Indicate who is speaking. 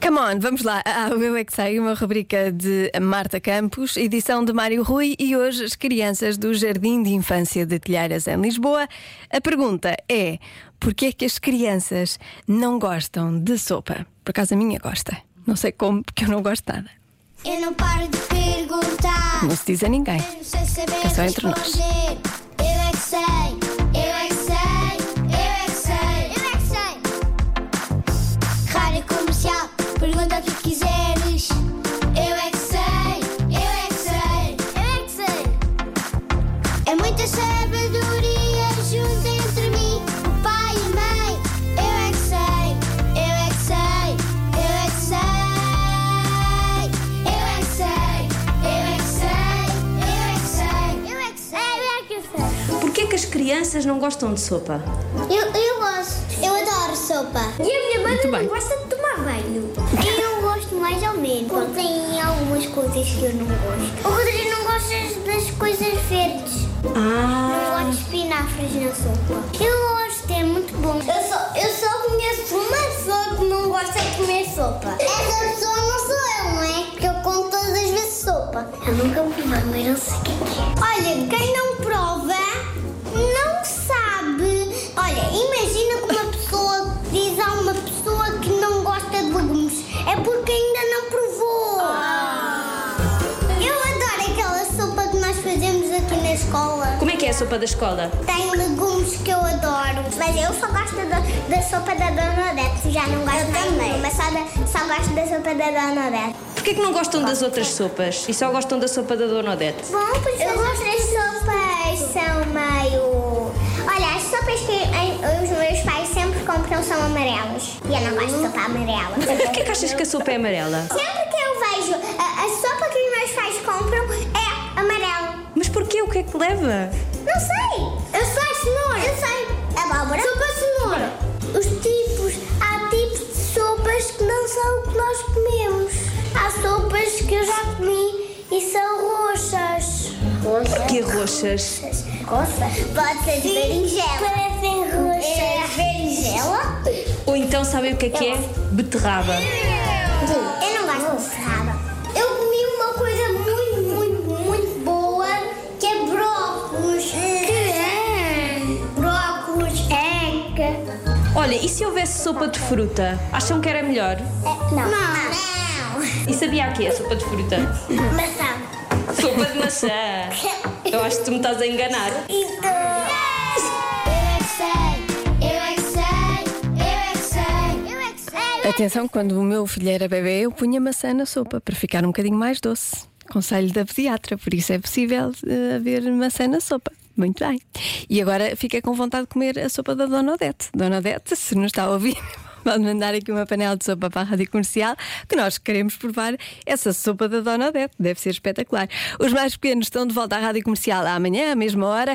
Speaker 1: Come on, vamos lá. Ah, o Eu É Que Sei, uma rubrica de Marta Campos, edição de Mário Rui e hoje as crianças do Jardim de Infância de Telheiras em Lisboa. A pergunta é: porquê é que as crianças não gostam de sopa? Por acaso a minha gosta. Não sei como, porque eu não gosto de nada.
Speaker 2: Eu não paro de perguntar.
Speaker 1: Não se diz a ninguém.
Speaker 2: Eu não sei saber
Speaker 1: Fica É só entre nós.
Speaker 2: responder. Eu é que sei. Eu é que sei. Eu é que sei. Eu é que sei. Rádio comercial. Pergunta o que quiseres. Eu é que sei. Eu é que sei. Eu é que sei. É muita sabedoria junto entre mim, o pai e a mãe. Eu é que sei. Eu é que sei. Eu é que sei. Eu é que sei, eu é que sei, eu é que sei, eu é que sei, eu é que sei.
Speaker 3: Porquê que as crianças não gostam de sopa?
Speaker 2: Eu, eu gosto, eu adoro sopa. E a minha mãe não gosta de tomar banho. Eu gosto mais ou menos. Tem algumas coisas que eu não gosto. O Rodrigo não gosta das coisas verdes.
Speaker 3: Ah,
Speaker 2: Não gosto de espinafres na sopa. Eu gosto, é muito bom. Eu só, eu só conheço uma pessoa que não gosta de comer sopa. Essa pessoa não sou eu, não é? Porque eu como todas as vezes sopa. Eu nunca provei, mas não sei o que é. Olha, quem não prova não sabe. Olha, imagina que uma pessoa diz a uma pessoa que não gosta de legumes. É porque ainda não provou. Eu adoro aquela sopa que nós fazemos aqui na escola.
Speaker 3: como é que é a sopa da escola?
Speaker 2: Tem legumes que eu adoro. Mas eu só gosto da, da sopa da Dona Odete. Já não gosto mais nenhuma, mas só, da- só gosto da sopa da Dona Odete.
Speaker 3: Porquê que não gostam das outras sopas e só gostam da sopa da Dona Odete?
Speaker 2: Bom, porque eu gosto tipo. das sopas são meio... Olha, as sopas que eh, os meus pais sempre compram são amarelas. E eu não gosto de sopa amarela.
Speaker 3: Porquê que achas que a sopa é amarela?
Speaker 2: Sempre que eu vejo a, a sopa que os meus pais compram é amarela.
Speaker 3: Mas porquê? O que é que leva?
Speaker 2: Não sei. Eu sei, cenoura. Eu sei. É Abóbora. Sopa cenoura. Os tipos, há tipos de sopas que não são o que nós comemos. Há sopas que eu já comi e são roxas. Roxas?
Speaker 3: Que roxas?
Speaker 2: Roxas? Pode ser de berinjela. Parecem roxas. É berinjela?
Speaker 3: Ou então sabem o que é que é? Beterraba.
Speaker 2: Eu não gosto de salada. Eu comi uma coisa muito, muito, muito boa que é brócolis. Que é? Brócolis. É.
Speaker 3: Olha, e se houvesse sopa de fruta? Acham que era melhor?
Speaker 2: Não. Não. tá.
Speaker 3: E sabia o que é a sopa de fruta?
Speaker 2: Maçã.
Speaker 3: Sopa de maçã. Eu acho que tu me estás a enganar.
Speaker 2: Então. é Eu é que sei, eu é que sei, eu é que sei, eu é que sei.
Speaker 1: Atenção, quando o meu filho era bebê, eu punha maçã na sopa para ficar um bocadinho mais doce. Conselho da pediatra, por isso é possível eh, haver maçã na sopa. Muito bem. E agora fica com vontade de comer a sopa da Dona Odete. Dona Odete, se não está a ouvir, pode mandar aqui uma panela de sopa para a rádio comercial, que nós queremos provar essa sopa da Dona Odete. Deve ser espetacular. Os mais pequenos estão de volta à rádio comercial amanhã, à mesma hora.